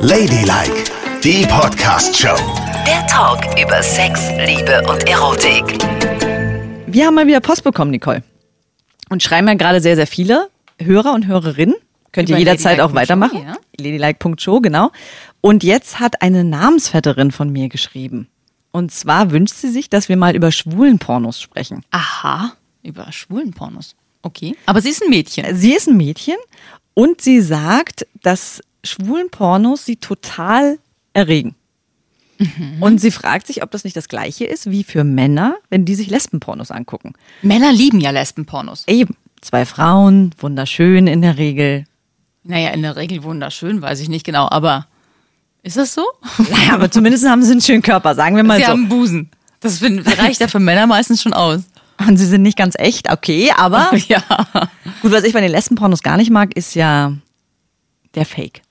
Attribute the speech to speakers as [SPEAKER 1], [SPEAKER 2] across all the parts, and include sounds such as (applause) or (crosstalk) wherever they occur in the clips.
[SPEAKER 1] Ladylike, die Podcast-Show.
[SPEAKER 2] Der Talk über Sex, Liebe und Erotik.
[SPEAKER 3] Wir haben mal wieder Post bekommen, Nicole. Und schreiben ja gerade sehr, sehr viele Hörer und Hörerinnen. Könnt ihr
[SPEAKER 4] Über
[SPEAKER 3] jederzeit auch
[SPEAKER 4] ladylike.show,
[SPEAKER 3] weitermachen.
[SPEAKER 4] ja.
[SPEAKER 3] Ladylike.show, genau. Und jetzt hat eine Namensvetterin von mir geschrieben. Und zwar wünscht sie sich, dass wir mal über schwulen Pornos sprechen.
[SPEAKER 4] Aha, über schwulen Pornos. Okay. Aber sie ist ein Mädchen.
[SPEAKER 3] Sie ist ein Mädchen und sie sagt, dass schwulen Pornos sie total erregen.
[SPEAKER 4] Mhm.
[SPEAKER 3] Und sie fragt sich, ob das nicht das gleiche ist wie für Männer, wenn die sich Lesbenpornos angucken.
[SPEAKER 4] Männer lieben ja Lesbenpornos.
[SPEAKER 3] Eben, zwei Frauen, wunderschön in der Regel.
[SPEAKER 4] Naja, in der Regel wunderschön, weiß ich nicht genau, aber ist das
[SPEAKER 3] (laughs)
[SPEAKER 4] so?
[SPEAKER 3] Naja, aber zumindest haben sie einen schönen Körper, sagen wir mal
[SPEAKER 4] sie
[SPEAKER 3] so.
[SPEAKER 4] haben Busen. Das
[SPEAKER 3] (laughs)
[SPEAKER 4] find- reicht ja für Männer meistens schon aus.
[SPEAKER 3] Und sie sind nicht ganz echt, okay,
[SPEAKER 4] (laughs)
[SPEAKER 3] aber
[SPEAKER 4] Ja.
[SPEAKER 3] gut, was ich bei den Lesbenpornos gar nicht mag, ist ja der Fake.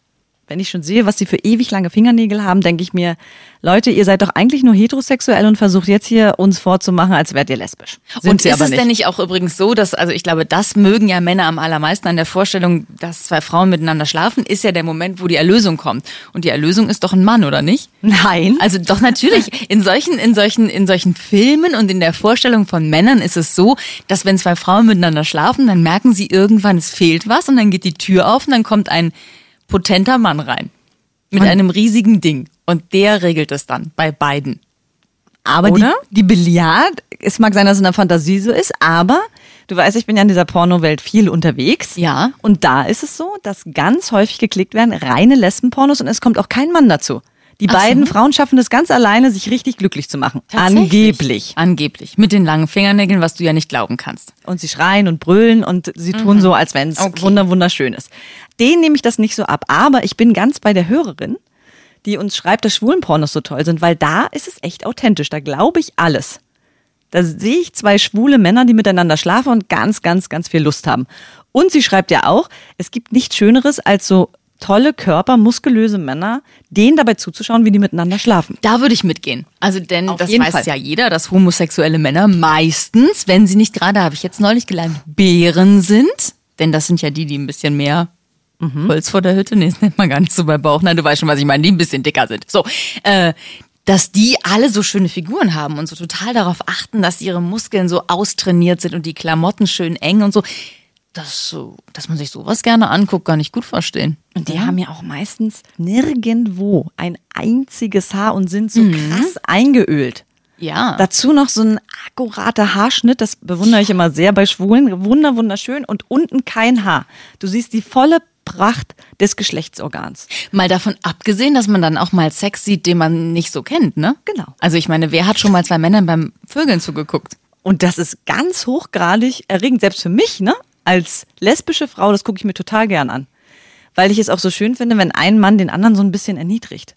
[SPEAKER 3] Wenn ich schon sehe, was sie für ewig lange Fingernägel haben, denke ich mir, Leute, ihr seid doch eigentlich nur heterosexuell und versucht jetzt hier uns vorzumachen, als wärt ihr lesbisch. Sind
[SPEAKER 4] und
[SPEAKER 3] sie
[SPEAKER 4] ist
[SPEAKER 3] aber
[SPEAKER 4] es
[SPEAKER 3] nicht.
[SPEAKER 4] denn nicht auch übrigens so, dass, also ich glaube, das mögen ja Männer am allermeisten an der Vorstellung, dass zwei Frauen miteinander schlafen, ist ja der Moment, wo die Erlösung kommt. Und die Erlösung ist doch ein Mann, oder nicht?
[SPEAKER 3] Nein.
[SPEAKER 4] Also doch natürlich, in solchen, in solchen, in solchen Filmen und in der Vorstellung von Männern ist es so, dass wenn zwei Frauen miteinander schlafen, dann merken sie irgendwann, es fehlt was und dann geht die Tür auf und dann kommt ein potenter Mann rein. Mit einem riesigen Ding. Und der regelt es dann bei beiden.
[SPEAKER 3] Aber
[SPEAKER 4] Oder?
[SPEAKER 3] Die, die Billard, es mag sein, dass es in der Fantasie so ist, aber du weißt, ich bin ja in dieser Pornowelt viel unterwegs.
[SPEAKER 4] Ja.
[SPEAKER 3] Und da ist es so, dass ganz häufig geklickt werden reine Lesbenpornos und es kommt auch kein Mann dazu. Die beiden Frauen schaffen es ganz alleine, sich richtig glücklich zu machen. Angeblich.
[SPEAKER 4] Angeblich. Mit den langen Fingernägeln, was du ja nicht glauben kannst.
[SPEAKER 3] Und sie schreien und brüllen und sie tun so, als wenn es
[SPEAKER 4] Okay.
[SPEAKER 3] wunder wunderschön ist. Den nehme ich das nicht so ab. Aber ich bin ganz bei der Hörerin, die uns schreibt, dass Schwulenpornos so toll sind, weil da ist es echt authentisch. Da glaube ich alles. Da sehe ich zwei schwule Männer, die miteinander schlafen und ganz, ganz, ganz viel Lust haben. Und sie schreibt ja auch, es gibt nichts Schöneres als so tolle Körper, muskulöse Männer, denen dabei zuzuschauen, wie die miteinander schlafen.
[SPEAKER 4] Da würde ich mitgehen. Also denn
[SPEAKER 3] Auf
[SPEAKER 4] das
[SPEAKER 3] jeden
[SPEAKER 4] weiß
[SPEAKER 3] Fall.
[SPEAKER 4] ja jeder, dass homosexuelle Männer meistens, wenn sie nicht gerade, habe ich jetzt neulich gelernt, Bären sind. Denn das sind ja die, die ein bisschen mehr
[SPEAKER 3] Mhm.
[SPEAKER 4] Holz vor der Hütte, nee, das nennt man gar nicht so bei Bauch. Nein, du weißt schon, was ich meine, die ein bisschen dicker sind. So, äh, dass die alle so schöne Figuren haben und so total darauf achten, dass ihre Muskeln so austrainiert sind und die Klamotten schön eng und so. Das, so- dass man sich sowas gerne anguckt, gar nicht gut verstehen.
[SPEAKER 3] Und die haben ja auch meistens nirgendwo ein einziges Haar und sind so krass eingeölt.
[SPEAKER 4] Ja.
[SPEAKER 3] Dazu noch so ein akkurater Haarschnitt, das bewundere ich immer sehr bei Schwulen. Wunder, wunderschön. Und unten kein Haar. Du siehst die volle Pracht des Geschlechtsorgans.
[SPEAKER 4] Mal davon abgesehen, dass man dann auch mal Sex sieht, den man nicht so kennt, ne?
[SPEAKER 3] Genau.
[SPEAKER 4] Also ich meine, wer hat schon mal zwei Männern beim Vögeln zugeguckt?
[SPEAKER 3] Und das ist ganz hochgradig erregend, selbst für mich, ne? Als lesbische Frau, das gucke ich mir total gern an. Weil ich es auch so schön finde, wenn ein Mann den anderen so ein bisschen erniedrigt.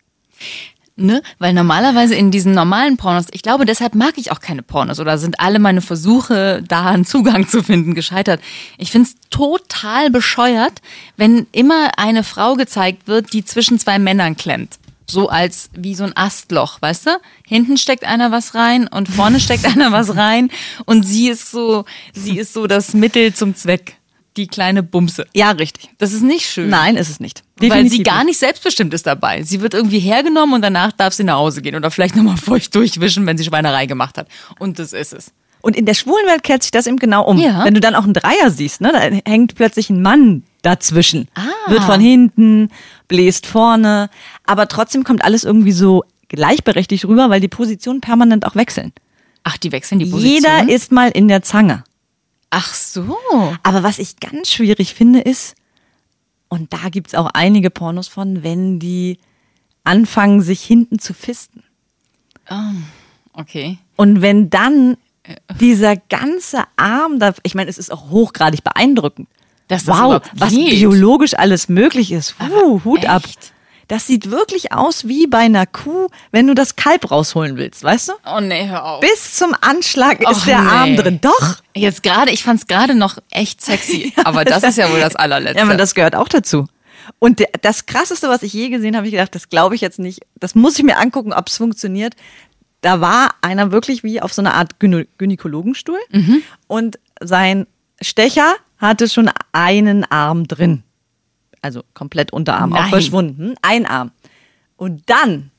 [SPEAKER 4] Ne? Weil normalerweise in diesen normalen Pornos, ich glaube, deshalb mag ich auch keine Pornos oder sind alle meine Versuche, da einen Zugang zu finden, gescheitert. Ich find's total bescheuert, wenn immer eine Frau gezeigt wird, die zwischen zwei Männern klemmt. So als wie so ein Astloch, weißt du? Hinten steckt einer was rein und vorne steckt (laughs) einer was rein und sie ist so, sie ist so das Mittel zum Zweck. Die kleine Bumse.
[SPEAKER 3] Ja, richtig.
[SPEAKER 4] Das ist nicht schön.
[SPEAKER 3] Nein, ist es nicht.
[SPEAKER 4] Weil sie gar nicht selbstbestimmt ist dabei. Sie wird irgendwie hergenommen und danach darf sie nach Hause gehen oder vielleicht nochmal (laughs) feucht durchwischen, wenn sie Schweinerei gemacht hat. Und das ist es.
[SPEAKER 3] Und in der schwulen Welt kehrt sich das eben genau um.
[SPEAKER 4] Ja.
[SPEAKER 3] Wenn du dann auch einen Dreier siehst, ne, da hängt plötzlich ein Mann dazwischen.
[SPEAKER 4] Ah.
[SPEAKER 3] Wird von hinten, bläst vorne. Aber trotzdem kommt alles irgendwie so gleichberechtigt rüber, weil die Positionen permanent auch wechseln.
[SPEAKER 4] Ach, die wechseln die Position.
[SPEAKER 3] Jeder ist mal in der Zange.
[SPEAKER 4] Ach so.
[SPEAKER 3] Aber was ich ganz schwierig finde, ist, und da gibt's auch einige Pornos von, wenn die anfangen, sich hinten zu fisten.
[SPEAKER 4] Okay.
[SPEAKER 3] Und wenn dann dieser ganze Arm da, ich meine, es ist auch hochgradig beeindruckend.
[SPEAKER 4] Dass das
[SPEAKER 3] wow,
[SPEAKER 4] überhaupt
[SPEAKER 3] was
[SPEAKER 4] geht.
[SPEAKER 3] biologisch alles möglich ist. Uh, Hut ab.
[SPEAKER 4] echt?
[SPEAKER 3] Das sieht wirklich aus wie bei einer Kuh, wenn du das Kalb rausholen willst, weißt du?
[SPEAKER 4] Oh nee, hör auf.
[SPEAKER 3] Bis zum Anschlag
[SPEAKER 4] Och,
[SPEAKER 3] ist der Arm
[SPEAKER 4] nee.
[SPEAKER 3] drin. Doch.
[SPEAKER 4] Jetzt gerade, ich fand's gerade noch echt sexy. aber das ist (laughs) ja wohl das allerletzte.
[SPEAKER 3] Ja, aber das gehört auch dazu. Und der, das Krasseste, was ich je gesehen habe, ich gedacht, das glaube ich jetzt nicht. Das muss ich mir angucken, ob es funktioniert. Da war einer wirklich wie auf so einer Art Gynä Gynäkologenstuhl
[SPEAKER 4] Mhm.
[SPEAKER 3] und sein Stecher hatte schon einen Arm drin. also komplett Unterarm auch
[SPEAKER 4] Nein.
[SPEAKER 3] verschwunden, ein Arm. Und dann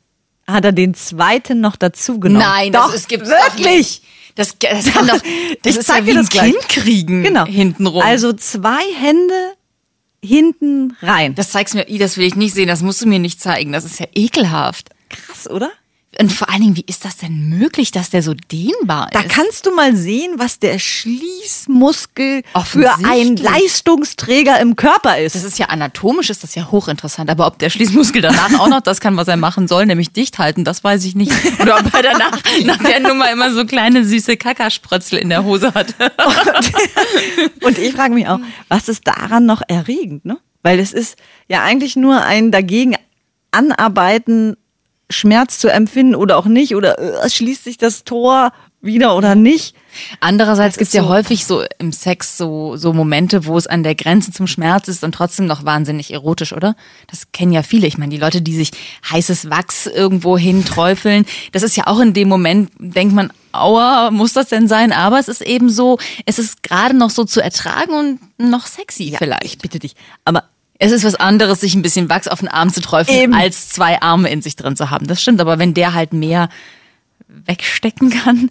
[SPEAKER 3] hat er den zweiten noch dazu genommen.
[SPEAKER 4] Nein,
[SPEAKER 3] doch,
[SPEAKER 4] das ist, gibt's Doch
[SPEAKER 3] wirklich.
[SPEAKER 4] nicht. Das, das kann doch, das
[SPEAKER 3] ich
[SPEAKER 4] ist
[SPEAKER 3] zeig
[SPEAKER 4] ja
[SPEAKER 3] dir
[SPEAKER 4] wie ein
[SPEAKER 3] das gleich.
[SPEAKER 4] Kind kriegen
[SPEAKER 3] Genau.
[SPEAKER 4] hintenrum.
[SPEAKER 3] Also zwei Hände hinten rein.
[SPEAKER 4] das zeigst du mir, I, das will ich nicht sehen, das musst du mir nicht zeigen, das ist ja ekelhaft.
[SPEAKER 3] krass, oder?
[SPEAKER 4] Und vor allen Dingen, wie ist das denn möglich, dass der so dehnbar
[SPEAKER 3] Da
[SPEAKER 4] ist?
[SPEAKER 3] kannst du mal sehen, was der Schließmuskel für
[SPEAKER 4] Offensichtlich.
[SPEAKER 3] einen Leistungsträger im Körper ist.
[SPEAKER 4] das ist ja anatomisch, ist das ja hochinteressant. Aber ob der Schließmuskel danach auch noch das kann, was er machen soll, nämlich dicht halten, das weiß ich nicht. Oder ob er danach nach der Nummer immer so kleine süße Kackersprötzel in der Hose hat.
[SPEAKER 3] Und ich frage mich auch, was ist daran noch erregend, ne? Weil es ist ja eigentlich nur ein dagegen anarbeiten, Schmerz zu empfinden oder auch nicht, oder äh, es schließt sich das Tor wieder oder nicht.
[SPEAKER 4] Andererseits gibt es ja
[SPEAKER 3] so-
[SPEAKER 4] häufig so im Sex so, so Momente, wo es an der Grenze zum Schmerz ist und trotzdem noch wahnsinnig erotisch, oder? Das kennen ja viele. Ich meine, die Leute, die sich heißes Wachs irgendwo hinträufeln, das ist ja auch in dem Moment, denkt man, aua, muss das denn sein? Aber es ist eben so, es ist gerade noch so zu ertragen und noch sexy
[SPEAKER 3] Ich
[SPEAKER 4] vielleicht.
[SPEAKER 3] bitte dich. Aber
[SPEAKER 4] Es ist was anderes, sich ein bisschen Wachs auf den Arm zu träufeln,
[SPEAKER 3] Eben.
[SPEAKER 4] als zwei Arme in sich drin zu haben. Das stimmt, aber wenn der halt mehr wegstecken kann,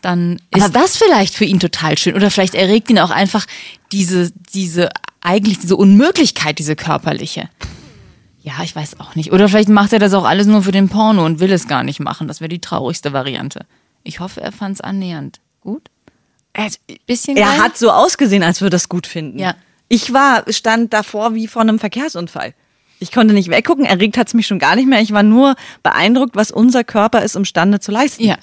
[SPEAKER 4] dann ist
[SPEAKER 3] Aber-
[SPEAKER 4] das vielleicht für ihn total schön. Oder vielleicht erregt ihn auch einfach diese, diese, eigentlich diese Unmöglichkeit, diese körperliche. Ja, ich weiß auch nicht. Oder vielleicht macht er das auch alles nur für den Porno und will es gar nicht machen. Das wäre die traurigste Variante. Ich hoffe, er fand es annähernd. Gut? Äh, Bisschen
[SPEAKER 3] er
[SPEAKER 4] geil?
[SPEAKER 3] hat so ausgesehen, als würde er es gut finden.
[SPEAKER 4] Ja.
[SPEAKER 3] Ich war, stand davor wie vor einem Verkehrsunfall. Ich konnte nicht weggucken, erregt hat es mich schon gar nicht mehr. Ich war nur beeindruckt, was unser Körper ist imstande zu leisten.
[SPEAKER 4] Ja.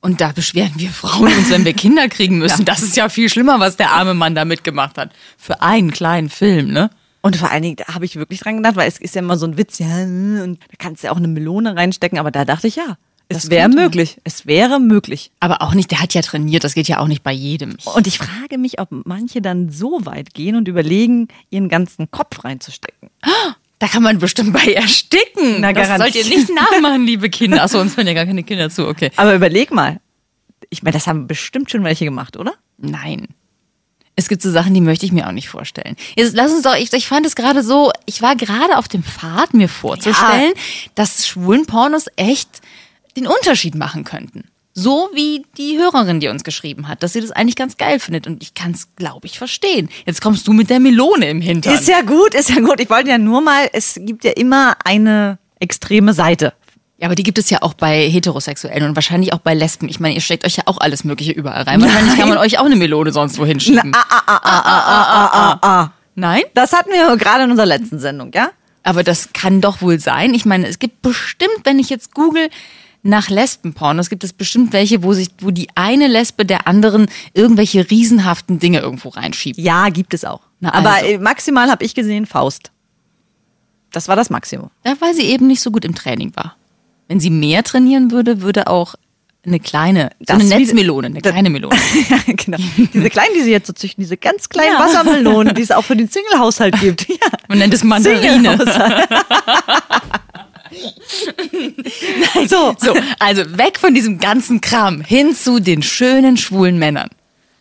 [SPEAKER 4] Und da beschweren wir Frauen uns, wenn wir Kinder kriegen müssen. Das ist (laughs) ja viel schlimmer, was der arme Mann da mitgemacht hat. Für einen kleinen Film, ne?
[SPEAKER 3] Und vor allen Dingen, da habe ich wirklich dran gedacht, weil es ist ja immer so ein Witz, ja, und da kannst du ja auch eine Melone reinstecken, aber da dachte ich, ja, es
[SPEAKER 4] Das
[SPEAKER 3] wäre
[SPEAKER 4] könnte man.
[SPEAKER 3] möglich. Es wäre möglich.
[SPEAKER 4] Aber auch nicht, der hat ja trainiert, das geht ja auch nicht bei jedem.
[SPEAKER 3] Und ich frage mich, ob manche dann so weit gehen und überlegen, ihren ganzen Kopf reinzustecken.
[SPEAKER 4] Da kann man bestimmt bei ersticken.
[SPEAKER 3] Na,
[SPEAKER 4] das sollt
[SPEAKER 3] garantiert.
[SPEAKER 4] ihr nicht nachmachen, liebe Kinder. Achso, uns hören ja gar keine Kinder zu, okay.
[SPEAKER 3] Aber überleg mal. Ich meine, das haben bestimmt schon welche gemacht, oder?
[SPEAKER 4] Nein. Es gibt so Sachen, die möchte ich mir auch nicht vorstellen. Jetzt lass uns doch, ich, ich fand es gerade so, ich war gerade auf dem Pfad, mir vorzustellen, dass schwulen Pornos echt den Unterschied machen könnten. So wie die Hörerin, die uns geschrieben hat, dass sie das eigentlich ganz geil findet. Und ich kann es, glaube ich, verstehen. Jetzt kommst du mit der Melone im Hintern.
[SPEAKER 3] Ist ja gut, ist ja gut. Ich wollte ja nur mal, es gibt ja immer eine extreme Seite.
[SPEAKER 4] Ja, aber die gibt es ja auch bei Heterosexuellen und wahrscheinlich auch bei Lesben. Ich meine, ihr steckt euch ja auch alles Mögliche überall rein. Wahrscheinlich kann man euch auch eine Melone sonst wohin schieben.
[SPEAKER 3] ah,
[SPEAKER 4] Nein?
[SPEAKER 3] Das hatten wir gerade in unserer letzten Sendung, ja?
[SPEAKER 4] Aber das kann doch wohl sein. Ich meine, es gibt bestimmt, wenn ich jetzt google nach Lesbenpornos, gibt es bestimmt welche, wo sich, wo die eine Lesbe der anderen irgendwelche riesenhaften Dinge irgendwo reinschiebt.
[SPEAKER 3] Ja, gibt es auch.
[SPEAKER 4] Na,
[SPEAKER 3] Aber
[SPEAKER 4] also.
[SPEAKER 3] äh, maximal habe ich gesehen Faust. Das war das Maximum.
[SPEAKER 4] Ja, weil sie eben nicht so gut im Training war. Wenn sie mehr trainieren würde, würde auch eine kleine, so
[SPEAKER 3] Das
[SPEAKER 4] eine
[SPEAKER 3] wie-
[SPEAKER 4] Netzmelone, eine
[SPEAKER 3] das-
[SPEAKER 4] kleine Melone.
[SPEAKER 3] Ja, (laughs) genau. Diese kleinen, die sie jetzt so züchten, diese ganz kleinen
[SPEAKER 4] Ja.
[SPEAKER 3] Wassermelonen, die es auch für (laughs) den Single-Haushalt gibt. Ja.
[SPEAKER 4] Man nennt es Mandarine.
[SPEAKER 3] (laughs) Nein. So.
[SPEAKER 4] So, also weg von diesem ganzen Kram hin zu den schönen schwulen Männern. Mhm.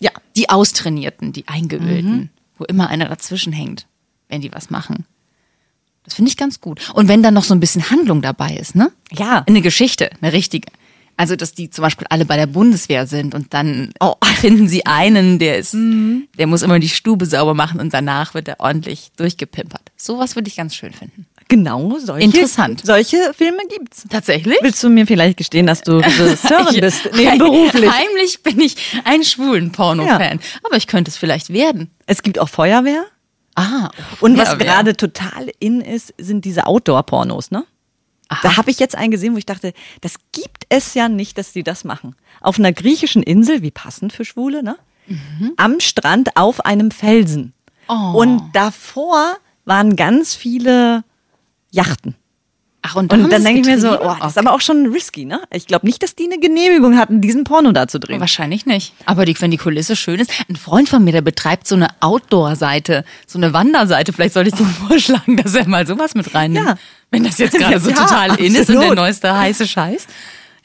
[SPEAKER 3] Ja.
[SPEAKER 4] Die Austrainierten, die Eingeölten, wo immer einer dazwischen hängt, wenn die was machen. Das finde ich ganz gut. Und wenn dann noch so ein bisschen Handlung dabei ist, ne?
[SPEAKER 3] Ja.
[SPEAKER 4] Eine Geschichte, eine richtige. Also, dass die zum Beispiel alle bei der Bundeswehr sind und dann (laughs) finden sie einen, der ist, der muss immer die Stube sauber machen und danach wird er ordentlich durchgepimpert. Sowas würde ich ganz schön finden.
[SPEAKER 3] Genau solche,
[SPEAKER 4] Interessant.
[SPEAKER 3] solche Filme gibt's.
[SPEAKER 4] Tatsächlich?
[SPEAKER 3] Willst du mir vielleicht gestehen, dass
[SPEAKER 4] (laughs)
[SPEAKER 3] du Regisseurin
[SPEAKER 4] Ich-
[SPEAKER 3] bist? Nebenberuflich.
[SPEAKER 4] Heimlich bin ich ein schwulen Porno-Fan. Aber ich könnte es vielleicht werden.
[SPEAKER 3] Es gibt auch Feuerwehr.
[SPEAKER 4] Ah.
[SPEAKER 3] Und was
[SPEAKER 4] Feuerwehr.
[SPEAKER 3] gerade total in ist, sind diese Outdoor-Pornos, ne? Da habe ich jetzt einen gesehen, wo ich dachte, das gibt es ja nicht, dass die das machen. Auf einer griechischen Insel, wie passend für Schwule, ne? Am Strand auf einem Felsen.
[SPEAKER 4] Mhm. Oh.
[SPEAKER 3] Und davor waren ganz viele Yachten.
[SPEAKER 4] Ach, und,
[SPEAKER 3] Und
[SPEAKER 4] haben
[SPEAKER 3] dann
[SPEAKER 4] sie es
[SPEAKER 3] denke ich mir so, oh,
[SPEAKER 4] getrieben?
[SPEAKER 3] das ist aber auch schon risky, ne? Ich glaube nicht, dass die eine Genehmigung hatten, diesen Porno da zu drehen.
[SPEAKER 4] Wahrscheinlich nicht. Aber die, wenn die Kulisse schön ist, ein Freund von mir, der betreibt so eine Outdoor-Seite, so eine Wanderseite. Vielleicht sollte ich so (laughs) vorschlagen, dass er mal sowas mit reinnimmt.
[SPEAKER 3] Ja. (laughs)
[SPEAKER 4] Wenn das jetzt gerade so
[SPEAKER 3] Ja,
[SPEAKER 4] total in ist und der
[SPEAKER 3] absolut.
[SPEAKER 4] neueste heiße Scheiß.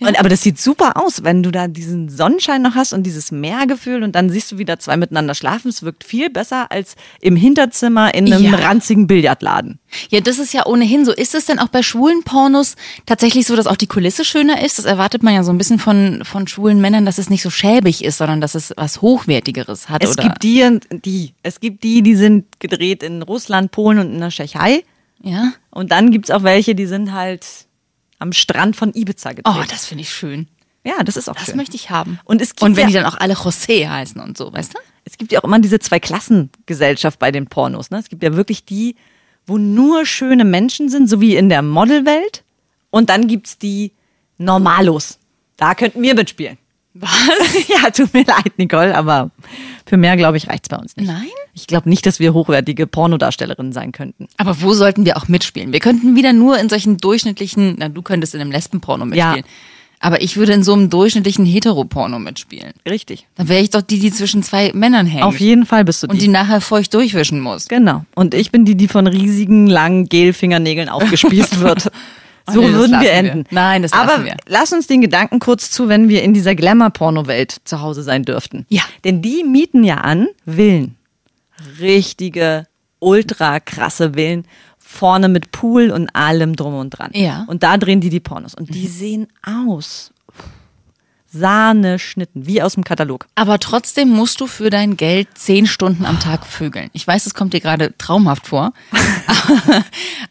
[SPEAKER 3] Und, aber das sieht super aus, wenn du da diesen Sonnenschein noch hast und dieses Meergefühl und dann siehst du wieder zwei miteinander schlafen. Es wirkt viel besser als im Hinterzimmer in einem
[SPEAKER 4] Ja.
[SPEAKER 3] ranzigen Billardladen.
[SPEAKER 4] Ja, das ist ja ohnehin so. Ist es denn auch bei schwulen Pornos tatsächlich so, dass auch die Kulisse schöner ist? Das erwartet man ja so ein bisschen von, von schwulen Männern, dass es nicht so schäbig ist, sondern dass es was Hochwertigeres hat.
[SPEAKER 3] Es
[SPEAKER 4] oder?
[SPEAKER 3] gibt die und die. Es gibt die, die sind gedreht in Russland, Polen und in der Tschechei.
[SPEAKER 4] Ja?
[SPEAKER 3] Und dann gibt's auch welche, die sind halt am Strand von Ibiza gedreht.
[SPEAKER 4] Oh, das finde ich schön.
[SPEAKER 3] ja, das ist auch
[SPEAKER 4] Das
[SPEAKER 3] schön.
[SPEAKER 4] möchte ich haben.
[SPEAKER 3] Und es gibt
[SPEAKER 4] und wenn
[SPEAKER 3] ja-
[SPEAKER 4] die dann auch alle José heißen und so, weißt du?
[SPEAKER 3] Es gibt ja auch immer diese Zweiklassengesellschaft bei den Pornos. Ne? Es gibt ja wirklich die, wo nur schöne Menschen sind, so wie in der Modelwelt. Und dann gibt's die Normalos. Da könnten wir mitspielen. (laughs) Was? ja, tut mir leid, Nicole, aber für mehr, glaube ich, reicht's bei uns nicht.
[SPEAKER 4] Nein?
[SPEAKER 3] Ich glaube nicht, dass wir hochwertige Pornodarstellerinnen sein könnten.
[SPEAKER 4] (laughs) Aber wo sollten wir auch mitspielen? Wir könnten wieder nur in solchen durchschnittlichen, na, du könntest in einem Lesbenporno
[SPEAKER 3] Ja.
[SPEAKER 4] mitspielen. Aber ich würde in so einem durchschnittlichen Heteroporno mitspielen.
[SPEAKER 3] Richtig.
[SPEAKER 4] Dann wäre ich doch die, die zwischen zwei Männern hängt.
[SPEAKER 3] Auf jeden Fall bist du die.
[SPEAKER 4] und die nachher feucht durchwischen muss.
[SPEAKER 3] Genau. Und ich bin die, die von riesigen, langen Gelfingernägeln
[SPEAKER 4] (laughs)
[SPEAKER 3] aufgespießt wird.
[SPEAKER 4] Oh
[SPEAKER 3] So
[SPEAKER 4] nee, das
[SPEAKER 3] würden
[SPEAKER 4] lassen
[SPEAKER 3] wir
[SPEAKER 4] wir.
[SPEAKER 3] enden.
[SPEAKER 4] Nein, das
[SPEAKER 3] Aber
[SPEAKER 4] lassen wir.
[SPEAKER 3] lass uns den Gedanken kurz zu, wenn wir in dieser Glamour-Porno-Welt zu Hause sein dürften.
[SPEAKER 4] Ja.
[SPEAKER 3] Denn die mieten ja an Villen. Richtige, ultra krasse Villen. Vorne mit Pool und allem drum und dran.
[SPEAKER 4] Ja. Mhm.
[SPEAKER 3] Und da drehen die die Pornos. Und die sehen aus. Sahne schnitten, wie aus dem Katalog.
[SPEAKER 4] Aber trotzdem musst du für dein Geld zehn Stunden am Tag vögeln. Ich weiß, es kommt dir gerade traumhaft vor. (laughs)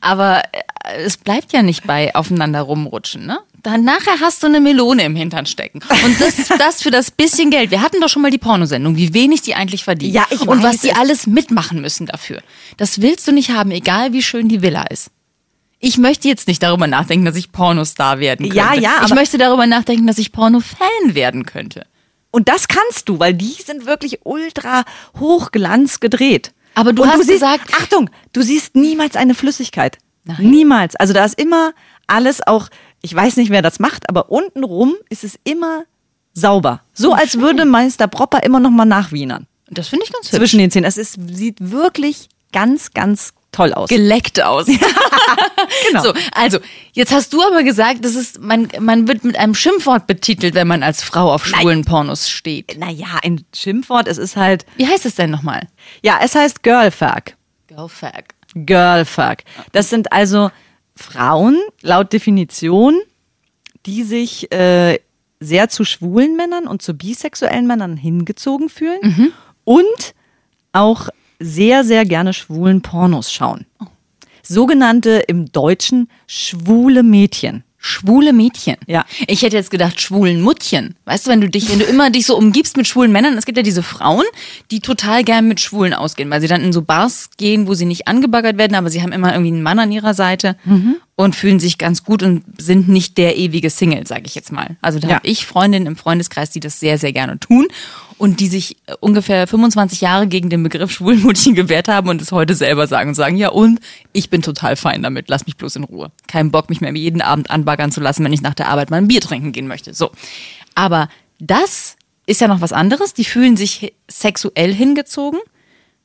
[SPEAKER 4] aber äh, es bleibt ja nicht bei aufeinander rumrutschen, ne? Dann nachher hast du eine Melone im Hintern stecken. Und das,
[SPEAKER 3] (laughs)
[SPEAKER 4] das für das bisschen Geld. Wir hatten doch schon mal die Pornosendung, wie wenig die eigentlich verdienen.
[SPEAKER 3] Ja, ich
[SPEAKER 4] Und
[SPEAKER 3] weiß
[SPEAKER 4] was die
[SPEAKER 3] es.
[SPEAKER 4] alles mitmachen müssen dafür. Das willst du nicht haben, egal wie schön die Villa ist. Ich möchte jetzt nicht darüber nachdenken, dass ich Pornostar werden könnte.
[SPEAKER 3] Ja, ja,
[SPEAKER 4] Ich
[SPEAKER 3] aber-
[SPEAKER 4] möchte darüber nachdenken, dass ich Pornofan werden könnte.
[SPEAKER 3] Und das kannst du, weil die sind wirklich ultra hochglanz gedreht.
[SPEAKER 4] Aber du
[SPEAKER 3] und
[SPEAKER 4] hast
[SPEAKER 3] siehst,
[SPEAKER 4] gesagt-
[SPEAKER 3] Achtung, du siehst niemals eine Flüssigkeit.
[SPEAKER 4] Nein.
[SPEAKER 3] Niemals. Also da ist immer alles auch, ich weiß nicht, wer das macht, aber untenrum ist es immer sauber. So als würde Meister Propper immer noch mal nachwienern.
[SPEAKER 4] Und Das finde ich ganz Oh, hübsch.
[SPEAKER 3] Zwischen den Zähnen. Es ist, sieht wirklich ganz, ganz toll aus.
[SPEAKER 4] geleckt aus.
[SPEAKER 3] Genau.
[SPEAKER 4] So, also, jetzt hast du aber gesagt, das ist, man, man wird mit einem Schimpfwort betitelt, wenn man als Frau auf schwulen Pornos steht.
[SPEAKER 3] naja, ein Schimpfwort, es ist halt,
[SPEAKER 4] Wie heißt es denn nochmal?
[SPEAKER 3] ja, es heißt Girlfuck.
[SPEAKER 4] Girlfuck.
[SPEAKER 3] Girlfuck. Das sind also Frauen, laut Definition, die sich äh, sehr zu schwulen Männern und zu bisexuellen Männern hingezogen fühlen
[SPEAKER 4] Mhm.
[SPEAKER 3] und auch sehr, sehr gerne schwulen Pornos schauen. Sogenannte im Deutschen schwule Mädchen.
[SPEAKER 4] Schwule Mädchen.
[SPEAKER 3] Ja.
[SPEAKER 4] Ich hätte jetzt gedacht, schwulen Muttchen. Weißt du, wenn du dich, wenn du immer dich so umgibst mit schwulen Männern, es gibt ja diese Frauen, die total gern mit Schwulen ausgehen, weil sie dann in so Bars gehen, wo sie nicht angebaggert werden, aber sie haben immer irgendwie einen Mann an ihrer Seite
[SPEAKER 3] Mhm.
[SPEAKER 4] und fühlen sich ganz gut und sind nicht der ewige Single, sage ich jetzt mal. Also da
[SPEAKER 3] Ja.
[SPEAKER 4] habe ich Freundinnen im Freundeskreis, die das sehr, sehr gerne tun und die sich äh, ungefähr 25 Jahre gegen den Begriff Schwulmuttchen gewehrt haben und es heute selber sagen und sagen, ja und ich bin total fein damit, lass mich bloß in Ruhe. Kein Bock, mich mehr jeden Abend anbaggern zu lassen, wenn ich nach der Arbeit mal ein Bier trinken gehen möchte. So. Aber das ist ja noch was anderes. Die fühlen sich he- sexuell hingezogen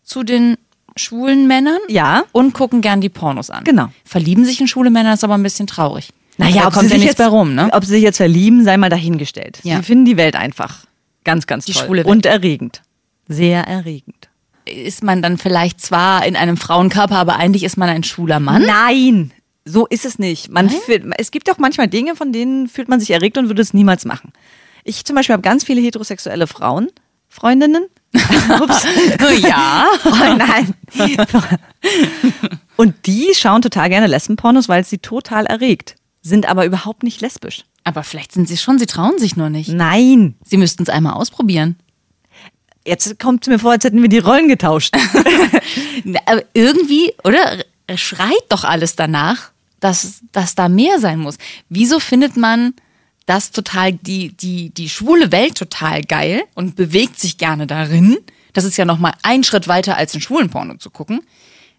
[SPEAKER 4] zu den schwulen Männern
[SPEAKER 3] Ja.
[SPEAKER 4] und gucken gern die Pornos an.
[SPEAKER 3] Genau.
[SPEAKER 4] Verlieben sich in schwule Männer ist aber ein bisschen traurig. da
[SPEAKER 3] ob
[SPEAKER 4] kommt
[SPEAKER 3] sie
[SPEAKER 4] ja
[SPEAKER 3] sich
[SPEAKER 4] nichts
[SPEAKER 3] jetzt-
[SPEAKER 4] bei rum, ne?
[SPEAKER 3] Ob sie sich jetzt verlieben, sei mal dahingestellt.
[SPEAKER 4] Ja.
[SPEAKER 3] Sie finden die Welt einfach ganz, ganz toll.
[SPEAKER 4] schwule Welt.
[SPEAKER 3] Und erregend. Sehr erregend.
[SPEAKER 4] ist man dann vielleicht zwar in einem Frauenkörper, aber eigentlich ist man ein schwuler Mann.
[SPEAKER 3] Nein, so ist es nicht. Man fühlt, es gibt auch manchmal Dinge, von denen fühlt man sich erregt und würde es niemals machen. Ich zum Beispiel habe ganz viele heterosexuelle Frauen, (laughs) Freundinnen. Ups.
[SPEAKER 4] Ja.
[SPEAKER 3] (laughs) Oh, nein. Und die schauen total gerne Lesbenpornos, weil es sie total erregt. Sind aber überhaupt nicht lesbisch.
[SPEAKER 4] Aber vielleicht sind sie schon, sie trauen sich nur nicht.
[SPEAKER 3] Nein.
[SPEAKER 4] Sie müssten es einmal ausprobieren.
[SPEAKER 3] Jetzt kommt es mir vor, als hätten wir die Rollen getauscht.
[SPEAKER 4] Na, aber irgendwie, oder? R- Schreit doch alles danach, dass, dass da mehr sein muss. Wieso findet man das total, die, die, die schwule Welt total geil und bewegt sich gerne darin? Das ist ja nochmal ein Schritt weiter als ein schwulen Porno zu gucken,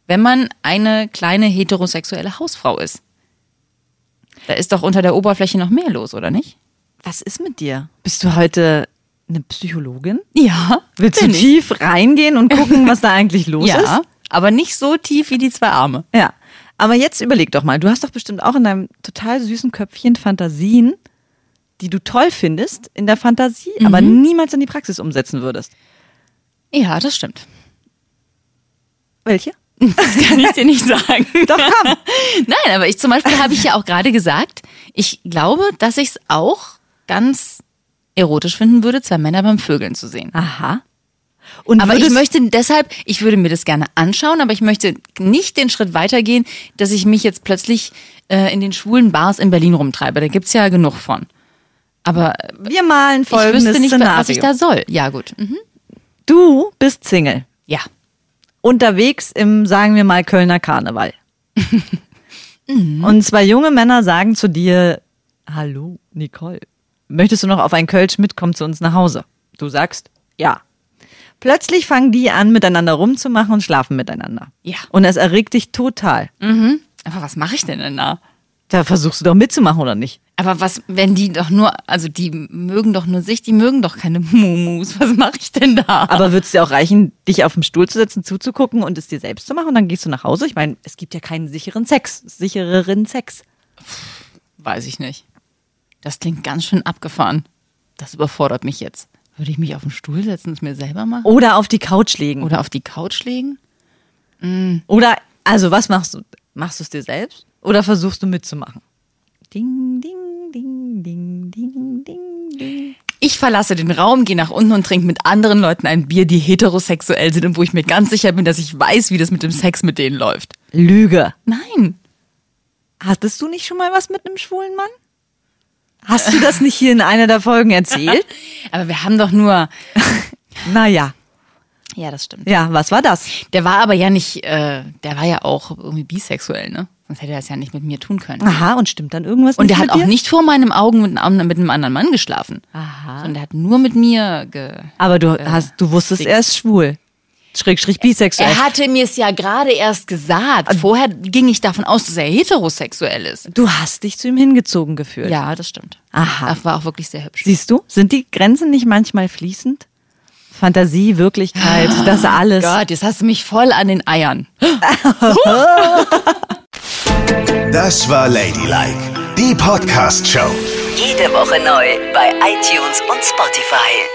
[SPEAKER 4] wenn man eine kleine heterosexuelle Hausfrau ist. Da ist doch unter der Oberfläche noch mehr los, oder nicht?
[SPEAKER 3] (laughs) Was ist mit dir? Bist du heute eine Psychologin?
[SPEAKER 4] Ja.
[SPEAKER 3] Willst du tief reingehen und gucken, was da eigentlich los ist?
[SPEAKER 4] Ja, aber nicht so tief wie die zwei Arme.
[SPEAKER 3] Ja. Aber jetzt überleg doch mal, du hast doch bestimmt auch in deinem total süßen Köpfchen Fantasien, die du toll findest in der Fantasie, aber
[SPEAKER 4] Mhm.
[SPEAKER 3] niemals in die Praxis umsetzen würdest.
[SPEAKER 4] Ja, das stimmt.
[SPEAKER 3] Welche?
[SPEAKER 4] Das kann ich dir nicht sagen.
[SPEAKER 3] Doch,
[SPEAKER 4] (laughs)
[SPEAKER 3] komm.
[SPEAKER 4] Nein, aber ich zum Beispiel habe ich ja auch gerade gesagt, ich glaube, dass ich es auch ganz erotisch finden würde, zwei Männer beim Vögeln zu sehen.
[SPEAKER 3] Aha. Und
[SPEAKER 4] Aber ich
[SPEAKER 3] würdest-
[SPEAKER 4] möchte deshalb, ich würde mir das gerne anschauen, aber ich möchte nicht den Schritt weitergehen, dass ich mich jetzt plötzlich äh, in den schwulen Bars in Berlin rumtreibe. Da gibt's ja genug von. Aber äh,
[SPEAKER 3] wir malen
[SPEAKER 4] ich
[SPEAKER 3] folgendes
[SPEAKER 4] wüsste nicht,
[SPEAKER 3] Szenario.
[SPEAKER 4] was ich da soll. Ja, gut. Mhm.
[SPEAKER 3] du bist Single,
[SPEAKER 4] Ja.
[SPEAKER 3] unterwegs im, sagen wir mal, Kölner Karneval. Und zwei junge Männer sagen zu dir, hallo Nicole, möchtest du noch auf ein Kölsch mitkommen zu uns nach Hause? Du sagst, ja. Plötzlich fangen die an, miteinander rumzumachen und schlafen miteinander.
[SPEAKER 4] Ja.
[SPEAKER 3] Und es erregt dich total.
[SPEAKER 4] Mhm. Aber was mache ich denn denn da?
[SPEAKER 3] Da versuchst du doch mitzumachen, oder nicht?
[SPEAKER 4] Aber was, wenn die doch nur, also die mögen doch nur sich, die mögen doch keine Mumus. Was mache ich denn da?
[SPEAKER 3] Aber würde es dir auch reichen, dich auf dem Stuhl zu setzen, zuzugucken und es dir selbst zu machen und dann gehst du nach Hause? Ich meine, es gibt ja keinen sicheren Sex, sichereren Sex.
[SPEAKER 4] Weiß ich nicht. Das klingt ganz schön abgefahren. Das überfordert mich jetzt. Würde ich mich auf den Stuhl setzen und es mir selber machen?
[SPEAKER 3] Oder auf die Couch legen.
[SPEAKER 4] Oder auf die Couch legen?
[SPEAKER 3] Oder, also was machst du? Machst du es dir selbst oder versuchst du mitzumachen? Ding, ding, ding, ding, ding, ding, ding.
[SPEAKER 4] Ich verlasse den Raum, gehe nach unten und trinke mit anderen Leuten ein Bier, die heterosexuell sind und wo ich mir ganz sicher bin, dass ich weiß, wie das mit dem Sex mit denen läuft.
[SPEAKER 3] Lüge.
[SPEAKER 4] Nein.
[SPEAKER 3] Hattest du nicht schon mal was mit einem schwulen Mann? Hast du das nicht hier in einer der Folgen (laughs) erzählt?
[SPEAKER 4] Aber wir haben doch nur.
[SPEAKER 3] naja,
[SPEAKER 4] Ja, das stimmt.
[SPEAKER 3] ja, was war das?
[SPEAKER 4] Der war aber ja nicht, äh, der war ja auch irgendwie bisexuell, ne? Sonst hätte er das ja nicht mit mir tun können.
[SPEAKER 3] Aha, und stimmt dann irgendwas
[SPEAKER 4] Und
[SPEAKER 3] nicht
[SPEAKER 4] der hat
[SPEAKER 3] mit
[SPEAKER 4] auch
[SPEAKER 3] dir?
[SPEAKER 4] nicht vor meinen Augen mit, einem- mit einem anderen Mann geschlafen.
[SPEAKER 3] Aha.
[SPEAKER 4] Sondern der hat nur mit mir ge.
[SPEAKER 3] Aber du hast, du wusstest, er ist schwul. Schrägstrich bisexuell.
[SPEAKER 4] Er hatte mir es ja gerade erst gesagt. Vorher ging ich davon aus, dass er heterosexuell ist.
[SPEAKER 3] du hast dich zu ihm hingezogen gefühlt.
[SPEAKER 4] Ja, das stimmt.
[SPEAKER 3] Aha.
[SPEAKER 4] Das war auch wirklich sehr hübsch.
[SPEAKER 3] Siehst du, sind die Grenzen nicht manchmal fließend? Fantasie, Wirklichkeit, das alles.
[SPEAKER 4] Gott, jetzt hast du mich voll an den Eiern.
[SPEAKER 1] Das war Ladylike, die Podcast-Show.
[SPEAKER 2] Jede Woche neu bei iTunes und Spotify.